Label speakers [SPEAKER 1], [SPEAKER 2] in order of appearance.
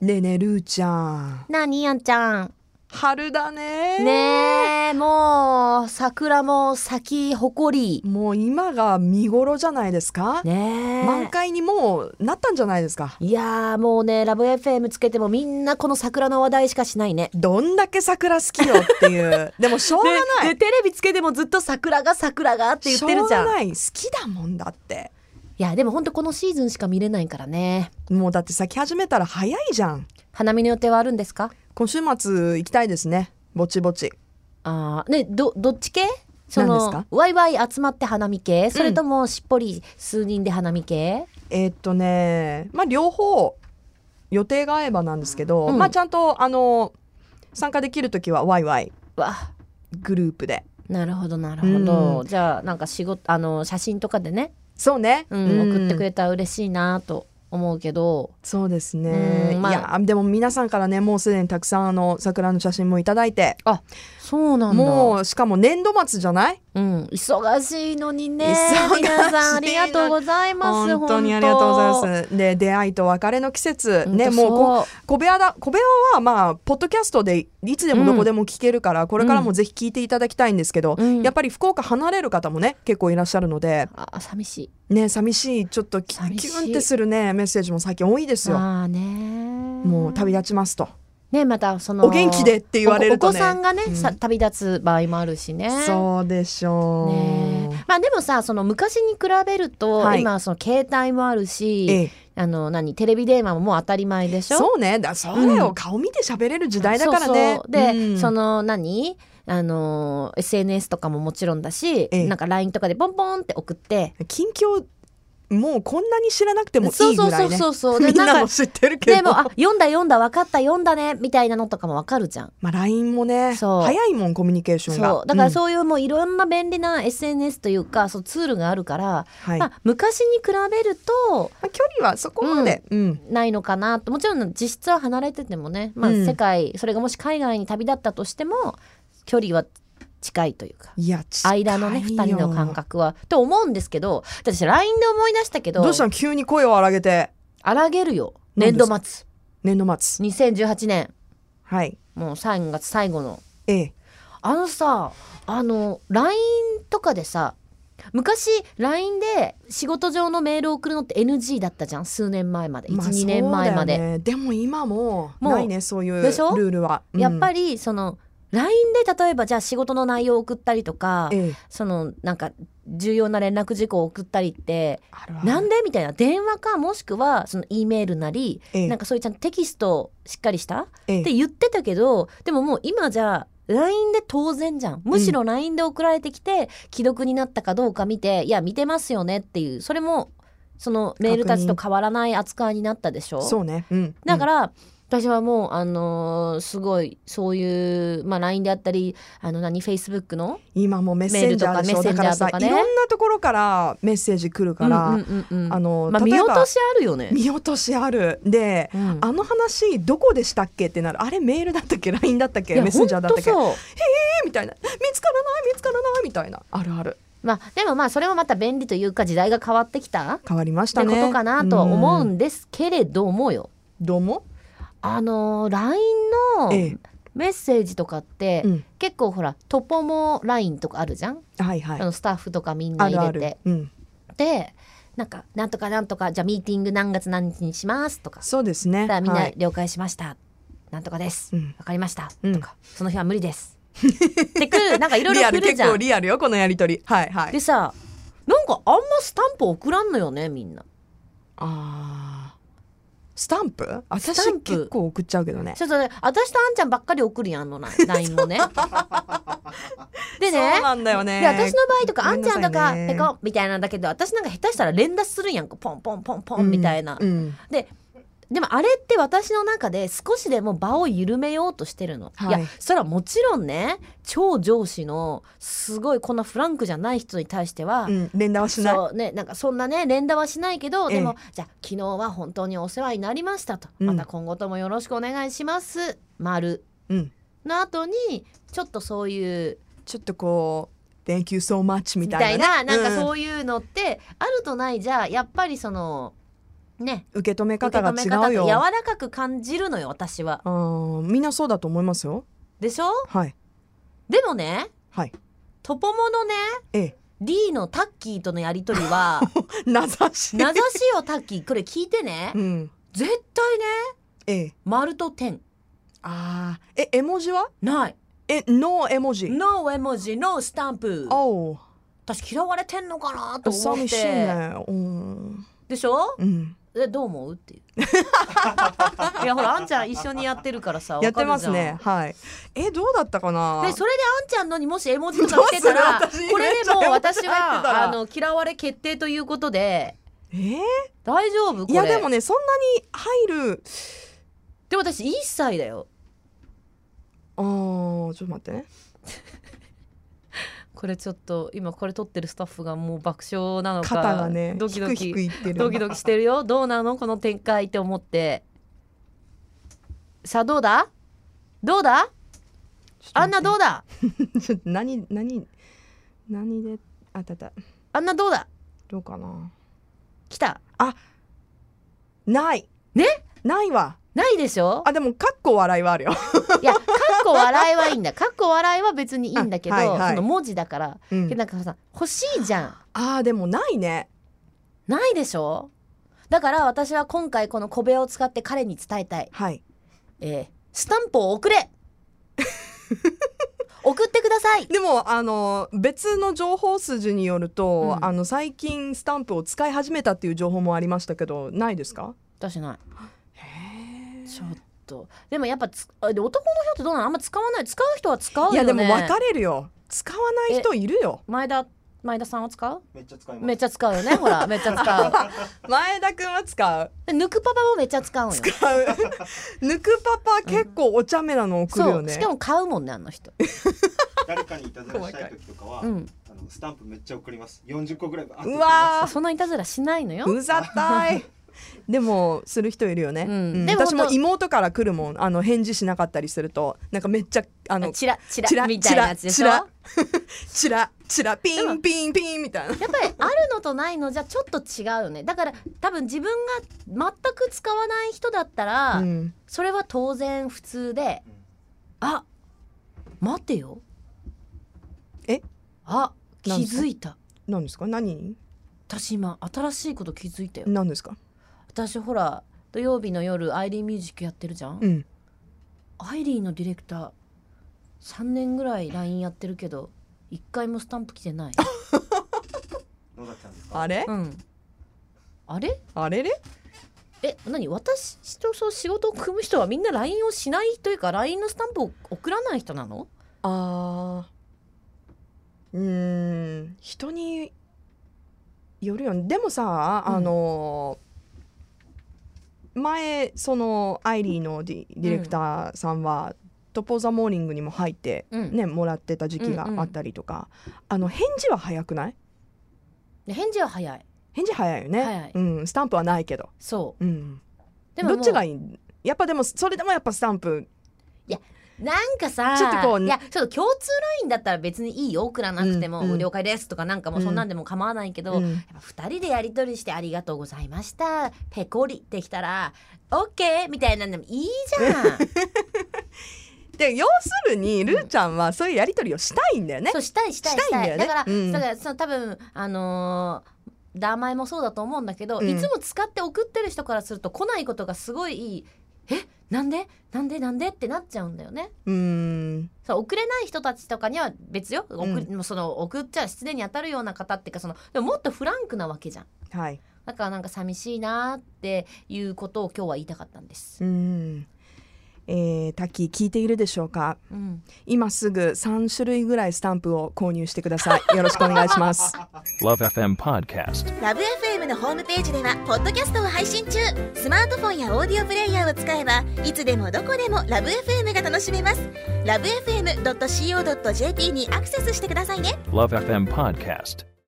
[SPEAKER 1] ねえねえルーちゃん
[SPEAKER 2] なにやんちゃん。
[SPEAKER 1] 春だね
[SPEAKER 2] ねえ、もう、桜も咲き誇り。
[SPEAKER 1] もう今が見頃じゃないですか、
[SPEAKER 2] ねえ。
[SPEAKER 1] 満開にもうなったんじゃないですか
[SPEAKER 2] いやーもうね、ラブ FM つけてもみんなこの桜の話題しかしないね。
[SPEAKER 1] どんだけ桜好きよっていう でもしょうがない、
[SPEAKER 2] で、テレビつけてもずっと桜が桜がって言ってるじ
[SPEAKER 1] しょ
[SPEAKER 2] ゃ。
[SPEAKER 1] うんが
[SPEAKER 2] い
[SPEAKER 1] ない好きだもんだって
[SPEAKER 2] や、でもほんとこのシーズンしか見れないからね。
[SPEAKER 1] もうだって咲き始めたら早いじゃん
[SPEAKER 2] 花見の予定はあるんですか
[SPEAKER 1] 今週末行きたいですねぼちぼち
[SPEAKER 2] あーね、ど、どっち系そ
[SPEAKER 1] 何で
[SPEAKER 2] の
[SPEAKER 1] す、
[SPEAKER 2] ワイワイ集まって花見系それともしっぽり数人で花見系、
[SPEAKER 1] えーっとねまあ両方予定が合えばなんですけど、
[SPEAKER 2] うん
[SPEAKER 1] まあちゃんとあの参加できる時はワイワイ
[SPEAKER 2] わ、
[SPEAKER 1] グループで
[SPEAKER 2] なるほどなるほど。
[SPEAKER 1] う
[SPEAKER 2] じゃあ、なんか仕事、あの、写真とかでね、
[SPEAKER 1] そうね、
[SPEAKER 2] うん、送ってく
[SPEAKER 1] れ
[SPEAKER 2] れたら嬉しいなと思うけど、
[SPEAKER 1] そうです
[SPEAKER 2] う
[SPEAKER 1] ね、
[SPEAKER 2] んまあ
[SPEAKER 1] いやでも皆さんからねもうすでにたくさんあの桜の写真もいただいて
[SPEAKER 2] そうなんだ
[SPEAKER 1] も
[SPEAKER 2] も、
[SPEAKER 1] うしかも年度末じゃないう
[SPEAKER 2] うん、忙しいのにね
[SPEAKER 1] 忙しいの
[SPEAKER 2] 皆さんありがとうございます
[SPEAKER 1] 本当にありがとうございま
[SPEAKER 2] す
[SPEAKER 1] すで出会いと別れの季節ねもうこ小部屋だ小部屋はまあポッドキャストでいつでもどこでも聞けるから、これからもぜひ聞いていただきたいんですけど、
[SPEAKER 2] うん
[SPEAKER 1] やっぱり福岡離れる方もね結構いらっしゃるので
[SPEAKER 2] あ寂しい
[SPEAKER 1] ね寂しいちょっとキ
[SPEAKER 2] 寂しい
[SPEAKER 1] キュンってするねメッセージも最近多いですよ。
[SPEAKER 2] まあね
[SPEAKER 1] も
[SPEAKER 2] も
[SPEAKER 1] う旅立ちますと
[SPEAKER 2] ねまたその
[SPEAKER 1] お元気でって言われるとね
[SPEAKER 2] おお子さんがね、
[SPEAKER 1] うん
[SPEAKER 2] さ旅立つ場合もあるしね
[SPEAKER 1] そうでしょう、
[SPEAKER 2] ねまあでもさその昔に比べると、
[SPEAKER 1] はい
[SPEAKER 2] 今はその携帯もある
[SPEAKER 1] え
[SPEAKER 2] し
[SPEAKER 1] え
[SPEAKER 2] あの何テレビ電話ももう当たり前でしょ
[SPEAKER 1] そうねだそれを顔見て喋れる時代だからね。
[SPEAKER 2] そうそうで、
[SPEAKER 1] うん
[SPEAKER 2] その何あのー SNS とかももちろんだし、
[SPEAKER 1] ええ
[SPEAKER 2] なんか LINE とかでポンポンって 送って。
[SPEAKER 1] 近況もうこんなに知らなくてもい
[SPEAKER 2] そう
[SPEAKER 1] い
[SPEAKER 2] そう
[SPEAKER 1] ぐら
[SPEAKER 2] そ
[SPEAKER 1] いうね
[SPEAKER 2] そうそう。
[SPEAKER 1] みん
[SPEAKER 2] で
[SPEAKER 1] な
[SPEAKER 2] な
[SPEAKER 1] も
[SPEAKER 2] んか
[SPEAKER 1] 知ってるけど
[SPEAKER 2] でもあ読んだ読んだ分かった読んだねみたいなのとかも分かるじゃん。
[SPEAKER 1] まあ、LINE もね
[SPEAKER 2] そう
[SPEAKER 1] 早いもんコミュニケーションが
[SPEAKER 2] そうだから
[SPEAKER 1] うん
[SPEAKER 2] そういうもういろんな便利な SNS というかそうツールがあるから、
[SPEAKER 1] はい
[SPEAKER 2] ま
[SPEAKER 1] ま
[SPEAKER 2] あ、昔に比べると
[SPEAKER 1] あ、距離はそこまで、うん
[SPEAKER 2] ないのかなともちろん実質は離れててもね、まあ、
[SPEAKER 1] うん
[SPEAKER 2] 世界、それがもし海外に旅立ったとしても距離は近いというか
[SPEAKER 1] いや近いよ
[SPEAKER 2] 間のね2人の感覚はと思うんですけど私 LINE で思い出したけど
[SPEAKER 1] どうしたの急に声を荒げて
[SPEAKER 2] 荒げるよ
[SPEAKER 1] 何
[SPEAKER 2] 年
[SPEAKER 1] で
[SPEAKER 2] 度
[SPEAKER 1] すか
[SPEAKER 2] 末
[SPEAKER 1] 年度末
[SPEAKER 2] 2018年
[SPEAKER 1] はい
[SPEAKER 2] もう3月最後の
[SPEAKER 1] ええ
[SPEAKER 2] あのさあの LINE とかでさ昔 LINE で仕事上のメールを送るのって NG だったじゃん数年前まで12、
[SPEAKER 1] まあ
[SPEAKER 2] 2年前ま
[SPEAKER 1] そうだ
[SPEAKER 2] で、
[SPEAKER 1] よねでも今も
[SPEAKER 2] もう
[SPEAKER 1] ないねそういうル
[SPEAKER 2] でしょ
[SPEAKER 1] ールは
[SPEAKER 2] やっぱ
[SPEAKER 1] り、
[SPEAKER 2] りその LINE で例えばじゃあ仕事の内容を送ったりとか
[SPEAKER 1] ええ
[SPEAKER 2] そのなんか重要な連絡事項を送ったりって
[SPEAKER 1] あるある
[SPEAKER 2] なんでみたいな電話かもしくはその E メールなり
[SPEAKER 1] ええ
[SPEAKER 2] なんかそういうちゃんとテキストをしっかりしたっ
[SPEAKER 1] ええ
[SPEAKER 2] て言ってたけどでももう今じゃあ LINE で当然じゃんむしろ LINE で送られてきて既読になったかどうか見ていや見てますよねっていうそれもそのメールたちと変わらない扱いになったでしょ
[SPEAKER 1] そうね、うん、、
[SPEAKER 2] だからら、私はもう、あのーすごい、そういう、まあ、LINE であったり、あの、何、Facebook の
[SPEAKER 1] 今もメッセンジャーでしょ
[SPEAKER 2] メー
[SPEAKER 1] だ
[SPEAKER 2] ルとかメッセン
[SPEAKER 1] か
[SPEAKER 2] ジャ
[SPEAKER 1] ら
[SPEAKER 2] ーと
[SPEAKER 1] さ、
[SPEAKER 2] かね
[SPEAKER 1] いろんなところからメッセージ来るから、
[SPEAKER 2] うんうんうんうん
[SPEAKER 1] あの、
[SPEAKER 2] まあ、
[SPEAKER 1] 例
[SPEAKER 2] 見
[SPEAKER 1] えば
[SPEAKER 2] 落としあるよね。
[SPEAKER 1] 見落としあるで、
[SPEAKER 2] うん
[SPEAKER 1] あの話どこでしたっけってなるあれメールだったっけ LINE だったっけ
[SPEAKER 2] いや
[SPEAKER 1] メッセンジャーだったっけえー
[SPEAKER 2] ほんとそう
[SPEAKER 1] みたいな見つからない見つからないみたいなあるある
[SPEAKER 2] まあ、でもまあ、それもまた便利というか、時代が変わってきたって
[SPEAKER 1] 変わりました
[SPEAKER 2] こ
[SPEAKER 1] ね
[SPEAKER 2] とかなとは思う
[SPEAKER 1] うん
[SPEAKER 2] んですけれどもよ。
[SPEAKER 1] どうも、
[SPEAKER 2] あのー LINE
[SPEAKER 1] え
[SPEAKER 2] のメッセージとかっ
[SPEAKER 1] え
[SPEAKER 2] て、
[SPEAKER 1] うん、
[SPEAKER 2] 結構ほら、トポも LINE とかあるじゃん、
[SPEAKER 1] はいはい
[SPEAKER 2] あのスタッフとかみんな
[SPEAKER 1] あ
[SPEAKER 2] 入
[SPEAKER 1] る
[SPEAKER 2] れて。
[SPEAKER 1] ある、うん、
[SPEAKER 2] でなんか「なんとかなんとかじゃあミーティング何月何日にします」とか
[SPEAKER 1] そうですね
[SPEAKER 2] 「さあみん
[SPEAKER 1] は
[SPEAKER 2] ない了解しました」なんとかで
[SPEAKER 1] う
[SPEAKER 2] す」
[SPEAKER 1] ん
[SPEAKER 2] わかりました」
[SPEAKER 1] うん
[SPEAKER 2] とか「その日は無理です」ってくるなんかいろい
[SPEAKER 1] リ
[SPEAKER 2] ろ
[SPEAKER 1] ア
[SPEAKER 2] 来
[SPEAKER 1] ル
[SPEAKER 2] る
[SPEAKER 1] 結
[SPEAKER 2] じゃ
[SPEAKER 1] 構
[SPEAKER 2] ん。
[SPEAKER 1] リアルよこのやりとりはいはい
[SPEAKER 2] でさなんかあんまスタンプ送らんのよねみんな。
[SPEAKER 1] あースタンプ私
[SPEAKER 2] スタンプ
[SPEAKER 1] 結構送っちゃうけどね
[SPEAKER 2] ちょっとね私とあんちゃんばっかり送るやんあの な LINE もね。で
[SPEAKER 1] そう
[SPEAKER 2] ね
[SPEAKER 1] なんだよね
[SPEAKER 2] で私の場合とか
[SPEAKER 1] ご
[SPEAKER 2] あ
[SPEAKER 1] め
[SPEAKER 2] ん
[SPEAKER 1] ん
[SPEAKER 2] ち
[SPEAKER 1] な
[SPEAKER 2] ゃ
[SPEAKER 1] さ
[SPEAKER 2] ん
[SPEAKER 1] い
[SPEAKER 2] とか
[SPEAKER 1] ね
[SPEAKER 2] ペコンみたいなんだけど私なんか下手したら連打するやんかポンポンポンポンみたいな。
[SPEAKER 1] うんうん
[SPEAKER 2] でもあれって私の中で少しでも場を緩めようとしてるの。
[SPEAKER 1] はい
[SPEAKER 2] い、やそれはもちろんね超上司のすごいこんなフランクじゃない人に対しては、
[SPEAKER 1] うん連打はしない
[SPEAKER 2] そうね、なんかそんなね連打はしないけど、
[SPEAKER 1] ええ
[SPEAKER 2] でもじゃあ昨日は本当にお世話になりましたと、
[SPEAKER 1] うん
[SPEAKER 2] また今後ともよろしくお願いします丸
[SPEAKER 1] うん
[SPEAKER 2] の後にちょっとそういう
[SPEAKER 1] ちょっとこう「Thank you so much」み
[SPEAKER 2] み
[SPEAKER 1] た
[SPEAKER 2] た
[SPEAKER 1] い
[SPEAKER 2] い
[SPEAKER 1] な
[SPEAKER 2] な
[SPEAKER 1] ね
[SPEAKER 2] なんか
[SPEAKER 1] うん
[SPEAKER 2] そういうのってあるとないじゃやっぱりそのね
[SPEAKER 1] 受け止め
[SPEAKER 2] 受け
[SPEAKER 1] 方が
[SPEAKER 2] 止め方
[SPEAKER 1] 違う
[SPEAKER 2] って柔
[SPEAKER 1] よ
[SPEAKER 2] らかく感じるのよ私は
[SPEAKER 1] うんみんなそうだと思いますよ
[SPEAKER 2] でしょ
[SPEAKER 1] はい
[SPEAKER 2] でもね
[SPEAKER 1] はい
[SPEAKER 2] トポモのね
[SPEAKER 1] え え
[SPEAKER 2] D のタッキーとのやりと りは
[SPEAKER 1] 名指し
[SPEAKER 2] 名指しよタッキーこれ聞いて ね
[SPEAKER 1] うん
[SPEAKER 2] 絶対ね
[SPEAKER 1] ええ
[SPEAKER 2] 丸と点
[SPEAKER 1] ああえ絵文字は
[SPEAKER 2] ない
[SPEAKER 1] えノー絵文字
[SPEAKER 2] No 絵文字 No スタンプ
[SPEAKER 1] おう
[SPEAKER 2] 私嫌われてんのかなと思っ
[SPEAKER 1] 寂しい
[SPEAKER 2] て
[SPEAKER 1] ねうん
[SPEAKER 2] でしょ
[SPEAKER 1] うん
[SPEAKER 2] えどう思うっ ていういやほらあんちゃん一緒にやってるからさ
[SPEAKER 1] やってます
[SPEAKER 2] わかる
[SPEAKER 1] ねはいえどうだったかな
[SPEAKER 2] じゃんでそれであんちゃんのにもし絵文字とか来てたら
[SPEAKER 1] どうする私
[SPEAKER 2] これでもう私
[SPEAKER 1] めっちゃ絵文字入ってたら
[SPEAKER 2] はあの嫌われ決定ということで
[SPEAKER 1] えー
[SPEAKER 2] 大丈夫これ
[SPEAKER 1] いやでもねそんなに入る
[SPEAKER 2] でも私1歳だよ
[SPEAKER 1] あーちょっと待ってね
[SPEAKER 2] これちょっと今これ撮ってるスタッフがもう爆笑なのか
[SPEAKER 1] 肩がね
[SPEAKER 2] ドキド
[SPEAKER 1] ひ
[SPEAKER 2] キ
[SPEAKER 1] くひくいってる
[SPEAKER 2] ドキドキしてるよどうなのこの展開って思ってさあどうだどうだあんなどう
[SPEAKER 1] う
[SPEAKER 2] だ
[SPEAKER 1] ちょっと何何何であったあった
[SPEAKER 2] あんなどうだ
[SPEAKER 1] どうかな
[SPEAKER 2] 来た
[SPEAKER 1] ない
[SPEAKER 2] ね
[SPEAKER 1] ないわ
[SPEAKER 2] ないでしょ
[SPEAKER 1] あでもかっこ笑いはあるよ、
[SPEAKER 2] いやかっこ笑いはいいんだかっこ笑いは別にいいんだけど、
[SPEAKER 1] あはいはい
[SPEAKER 2] その文字だから、
[SPEAKER 1] う
[SPEAKER 2] け
[SPEAKER 1] ん
[SPEAKER 2] ど、なんかさ欲しいじゃん
[SPEAKER 1] あーでもないね
[SPEAKER 2] ないでしょだから私は今回この小部屋を使って彼に伝えたい、
[SPEAKER 1] はい
[SPEAKER 2] えースタンプを 送れ送ってください
[SPEAKER 1] でもあの別の情報筋によると、
[SPEAKER 2] うん
[SPEAKER 1] あの最近スタンプを使い始めたっていう情報もありましたけどないですか
[SPEAKER 2] 私ない
[SPEAKER 1] へ
[SPEAKER 2] ちょっとでもやっぱつあで男の人ってどうなのあんま使わない使う人は使うよ
[SPEAKER 1] い
[SPEAKER 2] ね
[SPEAKER 1] やでも別れるよ使わない人いるよ
[SPEAKER 2] 前田前田さんは使う
[SPEAKER 3] めっちゃ使います
[SPEAKER 2] めっちゃ使うよねほらめっちゃ使
[SPEAKER 1] 前田くんは使う
[SPEAKER 2] うで抜くパパもめっちゃ使うんよ
[SPEAKER 1] 使う 抜くパパ結構お茶目なの送る
[SPEAKER 2] そ
[SPEAKER 1] よ
[SPEAKER 2] う
[SPEAKER 1] ね
[SPEAKER 2] しかも買うもんねあの人
[SPEAKER 3] 誰かにいたずらしたい時とかは、
[SPEAKER 2] うん
[SPEAKER 3] あのスタンプめっちゃ送ります40個ぐらいバーって
[SPEAKER 1] う
[SPEAKER 3] 送り
[SPEAKER 1] わ
[SPEAKER 3] ま
[SPEAKER 2] あ そんないたずらしないのよ
[SPEAKER 1] うざったい でもする人いるよね、
[SPEAKER 2] うん
[SPEAKER 1] うん
[SPEAKER 2] でも
[SPEAKER 1] 私も
[SPEAKER 2] 本当
[SPEAKER 1] 妹から来るもんあの返事しなかったりするとなんかめっちゃあの
[SPEAKER 2] チラチ
[SPEAKER 1] チ
[SPEAKER 2] ラ
[SPEAKER 1] ラ
[SPEAKER 2] みた
[SPEAKER 1] チ
[SPEAKER 2] いな
[SPEAKER 1] ラ
[SPEAKER 2] やつで
[SPEAKER 1] チ
[SPEAKER 2] しょや
[SPEAKER 1] ラチラチラピンピンピンみたいな
[SPEAKER 2] っぱりあるのとないのじゃちょっと違うよねだから多分自分が全く使わない人だったら、
[SPEAKER 1] うん
[SPEAKER 2] それは当然普通で、
[SPEAKER 3] うん
[SPEAKER 2] あ待てよ
[SPEAKER 1] え
[SPEAKER 2] あ気
[SPEAKER 1] なんすか
[SPEAKER 2] づいた
[SPEAKER 1] 何ですか何
[SPEAKER 2] 私今新しいこと気づいたよ
[SPEAKER 1] 何ですか
[SPEAKER 2] 私ほら土曜日の夜アイリーンミュージックやってるじゃん、
[SPEAKER 1] うん
[SPEAKER 2] アイリーンのディレクター3年ぐらい LINE やってるけど一回もスタンプ来てない、
[SPEAKER 3] す野崎さんですか
[SPEAKER 1] あれ
[SPEAKER 2] うん、あれ
[SPEAKER 1] あれれ
[SPEAKER 2] え何私とそう仕事を組む人はみんな LINE をしないというか LINE のスタンプを送らない人なの
[SPEAKER 1] あーうーん人によるよねでもさ
[SPEAKER 2] うん
[SPEAKER 1] あの前そのアイリーのディディレクターさんは「トポ・ザ・モーニング」にも入って、
[SPEAKER 2] うん
[SPEAKER 1] ねもらってた時期があったりとか、あの返事は早くない
[SPEAKER 2] で返事は早い
[SPEAKER 1] 返事早いよね、
[SPEAKER 2] 早い
[SPEAKER 1] うん、スタンプはないけど、
[SPEAKER 2] そ
[SPEAKER 1] うん、
[SPEAKER 2] うでもも
[SPEAKER 1] ど
[SPEAKER 2] う
[SPEAKER 1] っちがいいやっぱでもそれでもやっぱスタンプ
[SPEAKER 2] なんかさ
[SPEAKER 1] ちょっとこう
[SPEAKER 2] いやちょっと共通 LINE だったら別にいいよ送らなくても、
[SPEAKER 1] うんうん
[SPEAKER 2] 了解ですとかなんかもうそんなんでも構わないけど、
[SPEAKER 1] うん
[SPEAKER 2] やっぱ2人でやり取りして「ありがとうございました」ペコリってきたら「オッケーみたいなんでもいいじゃん
[SPEAKER 1] で要するにルーちゃんはそういうやり取りをしたいんだよね
[SPEAKER 2] そ。うしたいしたいしたい
[SPEAKER 1] したいんだよね
[SPEAKER 2] から、
[SPEAKER 1] うん
[SPEAKER 2] だからその多分あのー、名前もそうだと思うんだけど、
[SPEAKER 1] うん
[SPEAKER 2] いつも使って送ってる人からすると来ないことがすごいいいえなんでなんでなんでってなっちゃうんだよね。
[SPEAKER 1] うーん
[SPEAKER 2] そう送れない人たちとかには別よ送,、
[SPEAKER 1] うん
[SPEAKER 2] もうその送っちゃ失礼に当たるような方っていうかそのでももっとフランクなわけじゃん
[SPEAKER 1] はい、
[SPEAKER 2] だからなんか寂しいなーっていうことを今日は言いたかったんです
[SPEAKER 1] う。ーんえー、タッキー聞いているでしょうか
[SPEAKER 2] うん、
[SPEAKER 1] 今すぐ3種類ぐらいスタンプを購入してくださいよろしくお願いします
[SPEAKER 4] Love FM Podcast.
[SPEAKER 5] ラブ f m のホームページではポッドキャストを配信中スマートフォンやオーディオプレイヤーを使えばいつでもどこでもラブ f m が楽しめますラブ FM.co.jp にアクセスしてくださいね
[SPEAKER 4] Love FM Podcast.